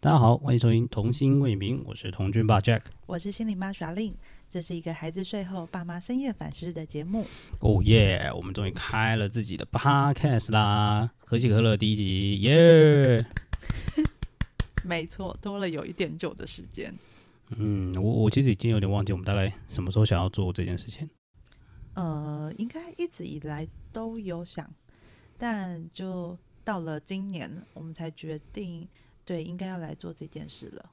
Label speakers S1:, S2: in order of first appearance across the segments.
S1: 大家好，欢迎收听《童心未泯》，我是童军爸 Jack。
S2: 我是心理妈耍令，这是一个孩子睡后爸妈深夜反思的节目。
S1: 哦耶，我们终于开了自己的 Podcast 啦！可喜可乐第一集，耶、
S2: 没错，多了有一点久的时间。
S1: 嗯，我我其实已经有点忘记我们大概什么时候想要做这件事情。
S2: 呃，应该一直以来都有想，但就到了今年，我们才决定，对，应该要来做这件事了，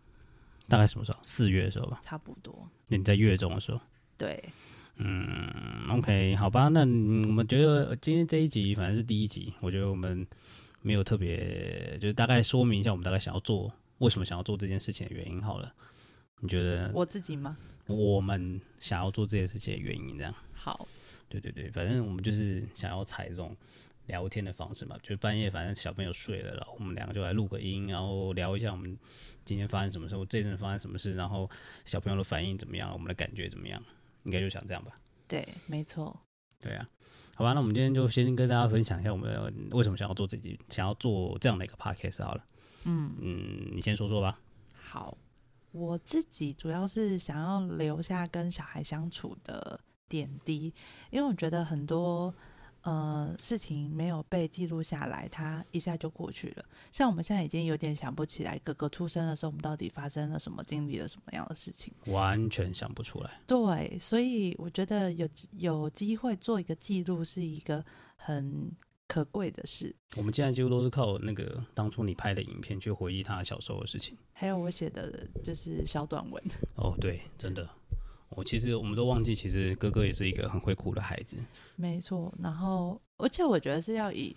S1: 大概什么时候？四月的时候吧，
S2: 差不多。
S1: 你在月中的时候。
S2: 对，
S1: 嗯，OK，好吧，那嗯我们觉得今天这一集反正是第一集，我觉得我们没有特别，就是大概说明一下我们大概想要做为什么想要做这件事情的原因好了。你觉得
S2: 我自己吗？
S1: 我们想要做这件事情的原因这样？
S2: 好，
S1: 对对对，反正我们就是想要采这种聊天的方式嘛，就是半夜反正小朋友睡了，然后我们两个就来录个音，然后聊一下我们今天发生什么事，我这阵发生什么事，然后小朋友的反应怎么样，我们的感觉怎么样，应该就想这样吧。
S2: 对，没错。
S1: 对啊，好吧，那我们今天就先跟大家分享一下我们为什么想要做这集，想要做这样的一个 podcast 好了。
S2: 嗯，
S1: 嗯，你先说说吧。
S2: 好，我自己主要是想要留下跟小孩相处的点滴，因为我觉得很多呃事情没有被记录下来，它一下就过去了。像我们现在已经有点想不起来哥哥出生的时候，我们到底发生了什么，经历了什么样的事情。
S1: 完全想不出来，
S2: 对，所以我觉得有有机会做一个记录是一个很可贵的事。
S1: 我们现在几乎都是靠那个当初你拍的影片去回忆他小时候的事情。
S2: 还有我写的就是小短文，
S1: 哦，对，真的，我其实我们都忘记，其实哥哥也是一个很会哭的孩子。
S2: 没错，
S1: 嗯
S2: 然后而且我觉得是要以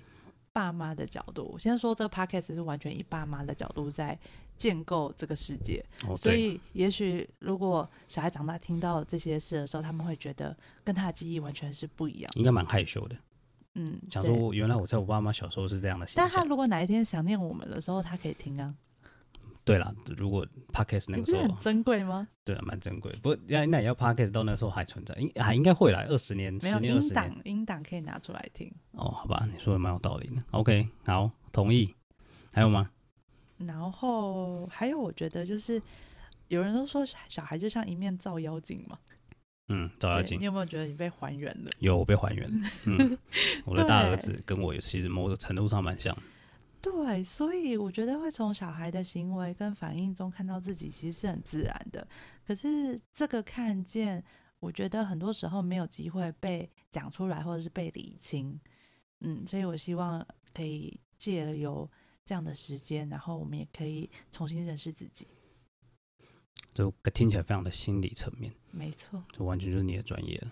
S2: 爸妈的角度，我先说这个 podcast 是完全以爸妈的角度在建构这个世界，
S1: 哦，
S2: 所
S1: 对，
S2: 以也许如果小孩长大听到这些事的时候，他们会觉得跟他的记忆完全是不一样。
S1: 应该蛮害羞的，
S2: 嗯，
S1: 想
S2: 对。
S1: 说原来我在我爸妈小时候是这样的形
S2: 但他
S1: 象。
S2: 如果哪一天想念我们的时候，他可以听啊，
S1: 对啦，如果 podcast 那
S2: 你
S1: 个
S2: 不
S1: 时
S2: 是
S1: 候
S2: 很，珍贵吗？
S1: 对啊了，蛮珍贵。不过那那也要 podcast 到那时候还存在，应还应该会来二十年、
S2: 没
S1: 十
S2: 有
S1: 年、二
S2: 音
S1: 十年。
S2: 档，音档可以拿出来听。
S1: 哦，好吧，你说的蛮有道理的。OK，好，同意。还有吗？
S2: 然后还有，我觉得就是有人都说小孩就像一面照妖镜嘛，
S1: 嗯，照妖
S2: 对
S1: 镜
S2: 你有没有觉得你被还原了？
S1: 有我被还原了。 嗯，我的大
S2: 对
S1: 儿子跟我其实某种程度上蛮像。
S2: 对，所以我觉得会从小孩的行为跟反应中看到自己，其实是很自然的。可是这个看见，我觉得很多时候没有机会被讲出来，或者是被理清。嗯，所以我希望可以借了有这样的时间，然后我们也可以重新认识自己。
S1: 就听起来非常的心理层面，
S2: 没错，
S1: 就完全就是你的专业了。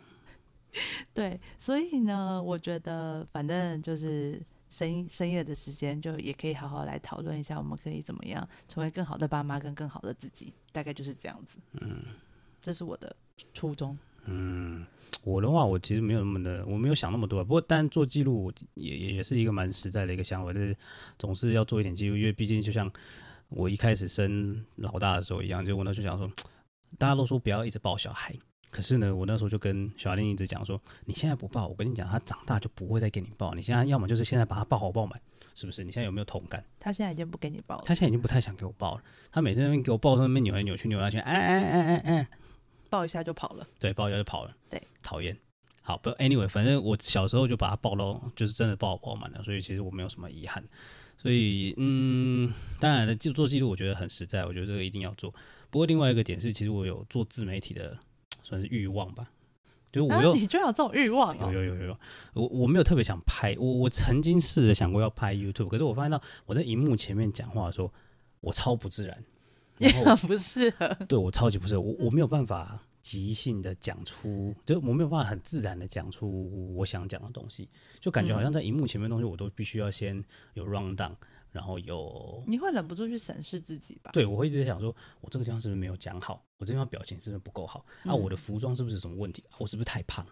S2: 对，所以呢，我觉得反正就是深深夜的时间，就也可以好好来讨论一下，我们可以怎么样成为更好的爸妈跟更好的自己，大概就是这样子。
S1: 嗯，
S2: 这是我的初衷。
S1: 嗯，我的话，我其实没有那么的，我没有想那么多。啊不过，但做记录我也也也是一个蛮实在的一个想法，就是总是要做一点记录，因为毕竟就像我一开始生老大的时候一样，就我那时候想说，大家都说不要一直抱小孩，可是呢，我那时候就跟小玲一直讲说，你现在不抱，我跟你讲，他长大就不会再给你抱。你现在要么就是现在把他抱好抱满，是不是？你现在有没有同感？
S2: 他现在已经不给你报了，
S1: 他现在已经不太想给我抱了，他每次在那边给我抱，在那边扭来扭去，扭来扭去，哎哎哎哎哎，
S2: 报一下就跑了。
S1: 对，抱一下就跑了。
S2: 对，
S1: 讨厌。好，不，anyway，反正我小时候就把它抱到，就是真的抱抱满了，所以其实我没有什么遗憾。所以，嗯，当然了，记做记录我觉得很实在，我觉得这个一定要做。不过另外一个点是，其实我有做自媒体的，算是欲望吧，就是我
S2: 啊
S1: 又、，
S2: 你居然有这种欲望
S1: 有
S2: 哦！
S1: 有有有有，我我没有特别想拍，我我曾经试着想过要拍 YouTube，可是我发现到我在荧幕前面讲话的时候，我超不自然，
S2: 也
S1: 然后
S2: 很不适合。
S1: 对我超级不是，我我没有办法即兴的讲出，就是我没有办法很自然的讲出我想讲的东西，就
S2: 嗯
S1: 感觉好像在荧幕前面的东西，我都必须要先有 round down，然后有，
S2: 你会忍不住去审视自己吧？
S1: 对我会一直在想说，我这个地方是不是没有讲好，我这地方表情是不是不够好，啊，
S2: 嗯
S1: 我的服装是不是有什么问题，啊我是不是太胖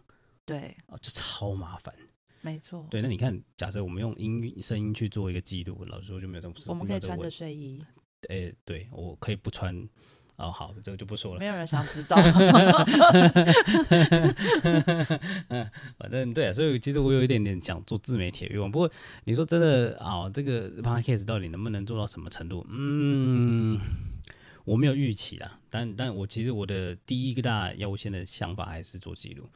S2: 对，
S1: 啊，这超麻烦。
S2: 没错。
S1: 对，那你看，假设我们用音声音去做一个记录，老实说就没有这种，
S2: 我们可以穿
S1: 没有这
S2: 着睡衣，
S1: 个问，哎，对我可以不穿。哦，好，这个就不说了。
S2: 没有人想知道。
S1: 反正对啊，所以其实我有一点点想做自媒体的欲望。不过你说真的啊、这个 podcast 到底能不能做到什么程度？嗯，我没有预期啦。但但我其实我的第一个大优先的想法还是做记录。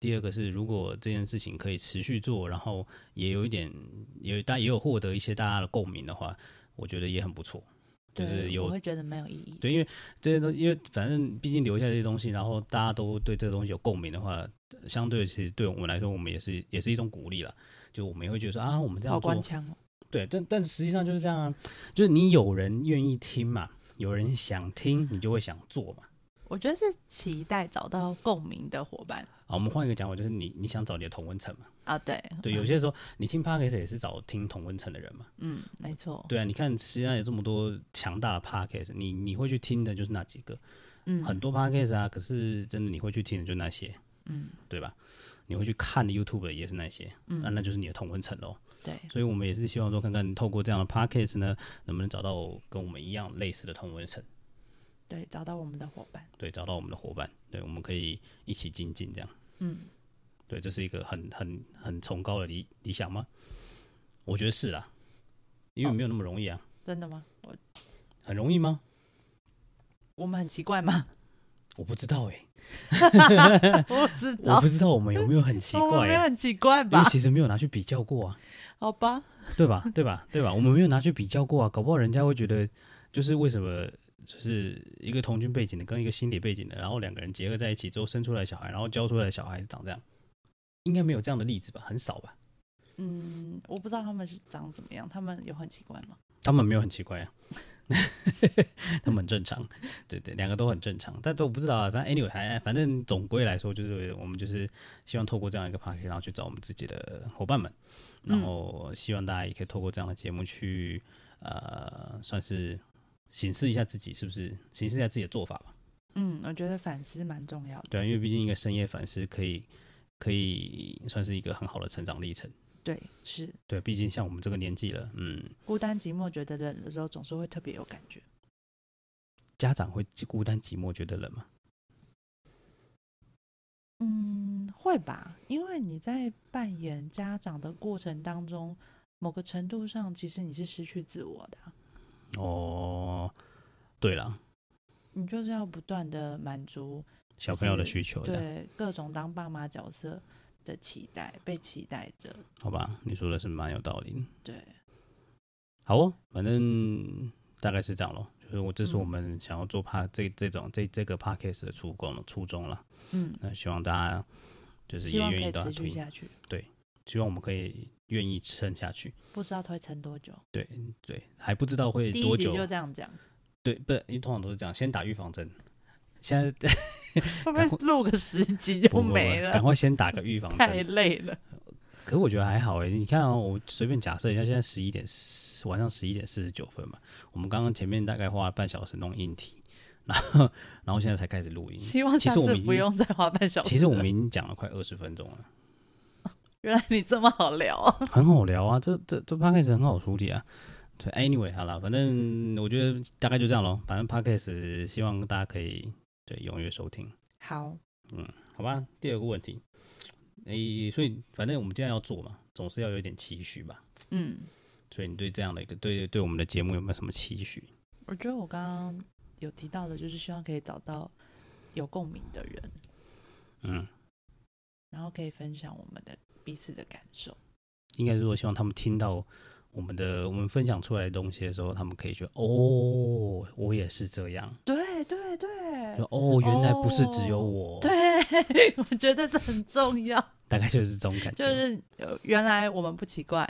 S1: 第二个是，如果这件事情可以持续做，然后也有一点有大也有获得一些大家的共鸣的话，我觉得也很不错。 就
S2: 对
S1: 是有
S2: 我会觉得没有意义。
S1: 对，因为这些东西，因为反正毕竟留下这些东西，然后大家都对这个东西有共鸣的话，相对其实对我们来说，我们也是也是一种鼓励了。就我们也会觉得说啊，我们这
S2: 好
S1: 样
S2: 官
S1: 做，
S2: 腔哦，
S1: 对，但但实际上就是这样啊，就是你有人愿意听嘛，有人想听，你就会想做嘛。
S2: 我觉得是期待找到共鸣的伙伴
S1: 啊，我们换一个讲法，就是你你想找你的同温层嘛。
S2: 啊。对
S1: 对，有些时候你听 podcast 也是找听同温层的人嘛。
S2: 嗯，没错，
S1: 对啊，你看实际上有这么多强大的 podcast，你你会去听的就是那几个。
S2: 嗯，
S1: 很多 podcast 啊，可是真的你会去听的就那些，
S2: 嗯，
S1: 对吧？你会去看的 YouTube 也是那些，那、那就是你的同温层喽。
S2: 对，
S1: 所以我们也是希望说，看看透过这样的 podcast 呢，能不能找到跟我们一样类似的同温层，
S2: 对，找到我们的伙伴。
S1: 对，找到我们的伙伴，对，我们可以一起精进这样。
S2: 嗯，
S1: 对，这是一个很很很崇高的理理想吗？我觉得是啦，因为没有那么容易啊，
S2: 真的吗？我
S1: 很容易吗？
S2: 我们很奇 怪吗？
S1: 我不知道哎、
S2: 我不知
S1: 我
S2: 道
S1: 不，知道我们有没有很奇
S2: 哦 我
S1: 怪、
S2: 们没有
S1: 欸，
S2: 很奇怪
S1: 因为
S2: 吧？
S1: 其实没有拿去比较过啊。
S2: 好吧，
S1: 对吧？对吧？对吧？我们没有拿去比较过啊，搞不好人家会觉得，就是为什么就是一个童军背景的跟一个心理背景的，然后两个人结合在一起之后生出来的小孩，然后教出来的小孩长这样，应该没有这样的例子吧？很少吧？
S2: 嗯，我不知道他们是长怎么样，他们有很奇怪吗？
S1: 他们没有很奇怪啊， 他们很正常，对对，两个都很正常，但都不知道啊。反正 anyway，还反正总归来说，就是我们就是希望透过这样一个 p a r t y 然后去找我们自己的伙伴们，然后希望大家也可以透过这样的节目去呃，算是审视一下自己是不是审视一下自己的做法吧。
S2: 嗯，我觉得反思蛮重要的。
S1: 对啊、因为毕竟一个深夜反思可以可以算是一个很好的成长历程。
S2: 对，是
S1: 对，毕竟像我们这个年纪了，嗯，
S2: 孤单寂寞觉得冷的时候，总是会特别有感觉。
S1: 家长会孤单寂寞觉得冷吗？
S2: 嗯，会吧，因为你在扮演家长的过程当中，某个程度上，其实你是失去自我的啊，
S1: 哦，对了，
S2: 你就是要不断的满足
S1: 小朋友的
S2: 是
S1: 需求的，
S2: 对各种当爸妈角色的期待，被期待着。
S1: 好吧？你说的是蛮有道理的。
S2: 对，
S1: 好哦，反正大概是这样咯。就是我这是我
S2: 嗯
S1: 们想要做 p a 这这种这这个 podcast 的初衷了初衷了。
S2: 嗯，
S1: 那希望大家就是
S2: 希
S1: 也
S2: 望可
S1: 愿意
S2: 以
S1: 大家
S2: 持续
S1: 听，
S2: 下去，
S1: 希望我们可以愿意撑下去。
S2: 不知道会撑多 久。
S1: 对对，还不知道会
S2: 第
S1: 多
S2: 一集
S1: 久。啊
S2: 就这样讲，
S1: 对，不是，因为通常都是这样，先打预防针。现在
S2: 会不会录个十集 就
S1: 不不不
S2: 没 了？
S1: 赶快先打个预防针
S2: 太。累了。
S1: 可是我觉得还好哎、你看、哦，我随便假设一下，现在十一点晚上十一点四十九分嘛，我们刚刚前面大概花了半小时弄硬体，然后 然后现在才开始录音。
S2: 希望
S1: 嗯其
S2: 下
S1: 实我
S2: 次
S1: 们已
S2: 不
S1: 经
S2: 用再花半小时了。
S1: 其实我们已经讲了快二十分钟了，
S2: 原来你这么 好聊啊、
S1: 很好聊啊，这这这 podcast 很好处理啊。对，anyway，好了，反正我觉得大概就这样咯。反正 podcast 希望大家可以对踊跃收听，嗯
S2: 好，
S1: 好吧？第二个问题，诶、所以反正我们既然要做嘛，总是要有一点期许吧。
S2: 嗯。
S1: 所以你对这样的一个对对我们的节目有没有什么期许？
S2: 我觉得我刚刚有提到的，就是希望可以找到有共鸣的人，
S1: 嗯，
S2: 然后可以分享我们的彼此的感受。
S1: 应该是说希望他们听到我们的我们分享出来的东西的时候，他们可以觉得哦，我也是这样，
S2: 对对对
S1: 就哦，原来不是只有我，
S2: 哦对， 我觉得这很重要。
S1: 大概就是这种感觉，
S2: 就是呃原来我们不奇怪，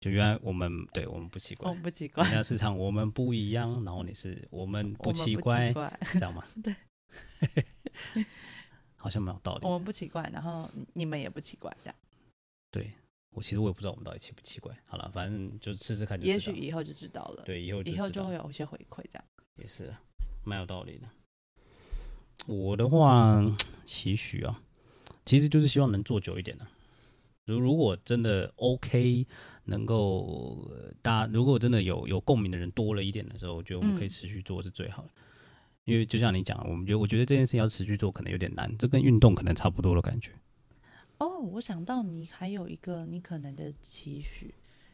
S1: 就原来我们对我们不奇
S2: 我
S1: 怪，
S2: 们不奇怪
S1: 人，家市场我们不一样，然后你是我们
S2: 我们不
S1: 不奇
S2: 怪
S1: 怪，， 知 道吗？
S2: 对，
S1: 好像蛮有道理
S2: 我。们不奇怪，然后你你们也不奇怪，这样。
S1: 我其实我也不知道我们到底奇不奇怪。好了，反正就试试看就
S2: 也
S1: 知
S2: 许
S1: 道。
S2: 以后就知道了，
S1: 对，以后就
S2: 以后
S1: 知道
S2: 就会有一些回馈，这样。
S1: 也是啊，蛮有道理的。我的话，期许啊，其实就是希望能做久一点的、啊如如果真的 OK，能够呃大家如果真的有有共鸣的人多了一点的时候，我觉得我们可以
S2: 嗯
S1: 持续做是最好的。因为就像你讲，我们觉得我觉得这件事情要持续做可能有点难，这跟运动可能差不多的感觉。
S2: 哦，我想到你还有一个你可能的期许，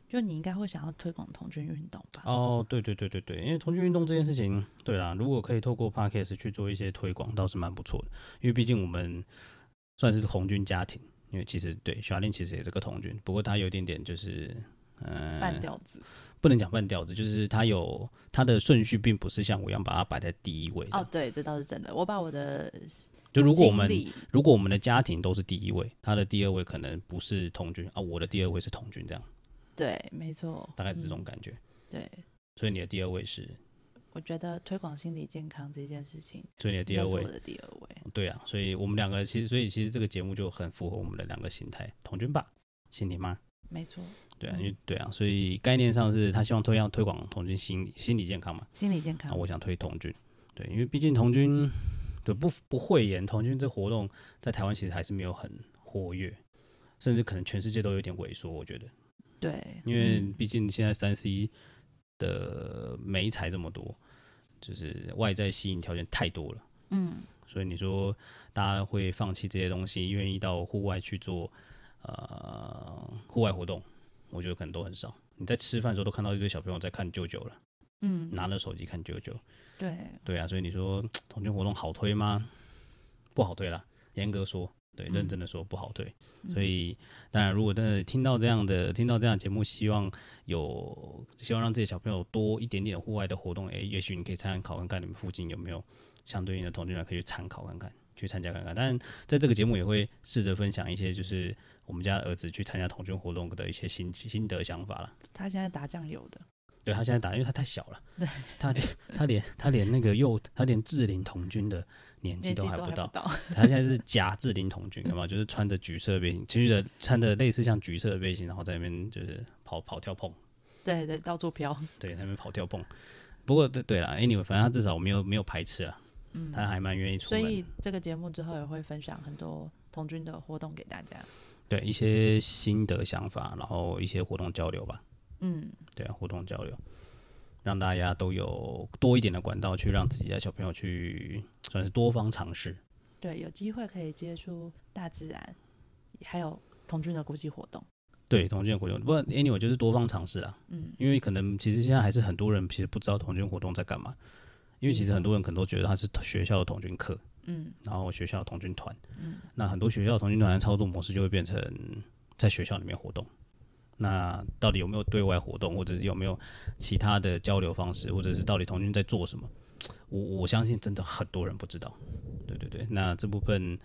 S2: 就你应该会想要推广童军运动吧？
S1: 哦，对对对对对，因为同居运动这件事情，对啦，如果可以透过 podcast 去做一些推广，倒是蛮不错的。因为毕竟我们算是红军家庭，因为其实对小林其实也是个童军，不过他有一点点就是，嗯、
S2: 半吊子
S1: 不能讲半吊子，就是他有他的顺序，并不是像我一样把它摆在第一位的。
S2: 哦，对，这倒是真的。我把我的
S1: 就如果我们
S2: 心力
S1: 如果我们的家庭都是第一位，他的第二位可能不是童军啊，我的第二位是童军，这样
S2: 对，没错，
S1: 大概是这
S2: 嗯
S1: 种感觉。
S2: 对，
S1: 所以你的第二位是，
S2: 我觉得推广心理健康这件事情，
S1: 所以你的第二
S2: 应该
S1: 位
S2: 是我的第二位。
S1: 对啊，所以我们两个其实，所以其实这个节目就很符合我们的两个心态，童军爸、心理妈，
S2: 没错，
S1: 对啊，
S2: 嗯
S1: 因为对啊，所以概念上是他希望推要推广童军心理心理健康嘛，
S2: 心理健
S1: 那
S2: 康，
S1: 我想推童军，对，因为毕竟童军对不不讳言，童军这活动在台湾其实还是没有很活跃，甚至可能全世界都有点萎缩，我觉得，
S2: 对，
S1: 因为
S2: 嗯
S1: 毕竟现在三 C 的媒材这么多，就是外在吸引条件太多了。
S2: 嗯，
S1: 所以你说大家会放弃这些东西，愿意到户外去做呃户外活动，我觉得可能都很少。你在吃饭的时候都看到一堆小朋友在看舅舅了，
S2: 嗯，
S1: 拿着手机看舅舅。
S2: 对，
S1: 对啊，所以你说童军活动好推吗？不好推啦，严格说，对，
S2: 嗯
S1: 认真的说不好推。
S2: 嗯
S1: 所以当然，如果真的听到这样的听到这样的节目，希望有希望让自己的小朋友多一点点户外的活动，诶、也许你可以参考看看你们附近有没有相对应的童军团，可以去参考看看，去参加看看。当然，在这个节目也会试着分享一些就是我们家的儿子去参加童军活动的一些心心得想法啦。
S2: 他现在打酱油的，
S1: 对他现在打，因为他太小了，
S2: 对
S1: 他他连他连那个幼他连志玲童军的年纪
S2: 年纪
S1: 都
S2: 都
S1: 还不到，
S2: 到，
S1: 他现在是假志玲童军，有没有？就是穿着橘色的背心，其实的穿着类似像橘色的背心，然后在那边就是跑跑跳碰，
S2: 对对，到处飘，
S1: 对，在那边跑跳碰。不过对对啦，anyway，反正他至少没有没有排斥啊，
S2: 嗯，
S1: 他还蛮愿意出
S2: 所
S1: 门的。
S2: 以这个节目之后也会分享很多童军的活动给大家。
S1: 对一些心得想法，然后一些活动交流吧，
S2: 嗯，
S1: 对啊，活动交流，让大家都有多一点的管道去让自己的小朋友去算是多方尝试。
S2: 对，有机会可以接触大自然，还有童军的国际活动。
S1: 对同军活动，不过 anyway 就是多方尝试啦，
S2: 嗯，
S1: 因为可能其实现在还是很多人其实不知道同军活动在干嘛，因为其实很多人可能都觉得它是学校的同军课，
S2: 嗯
S1: 然后学校的同军团，
S2: 嗯
S1: 那很多学校的同军团的操作模式就会变成在学校里面活动。那到底有没有对外活动，或者是有没有其他的交流方式，或者是到底同军在做什么？我我相信真的很多人不知道。对对对，那这部分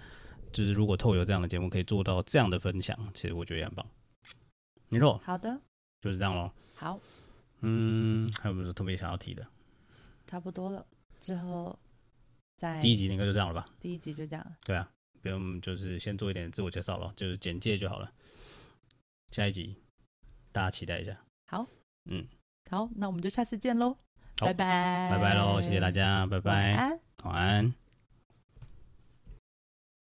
S1: 就是如果透有这样的节目可以做到这样的分享，其实我觉得也很棒。你说
S2: 好的，
S1: 就是这样咯。
S2: 好，
S1: 嗯，还有没有特别想要提的？
S2: 差不多了。之后在
S1: 第一集应该就这样了吧？
S2: 第一集就这样。
S1: 对啊，不用就是先做一点自我介绍了，就是简介就好了。下一集大家期待一下，
S2: 好，那我们就下次见喽，
S1: 好
S2: 拜拜，
S1: 拜拜喽，谢谢大，家，拜
S2: 晚
S1: 拜，
S2: 安。
S1: 晚安。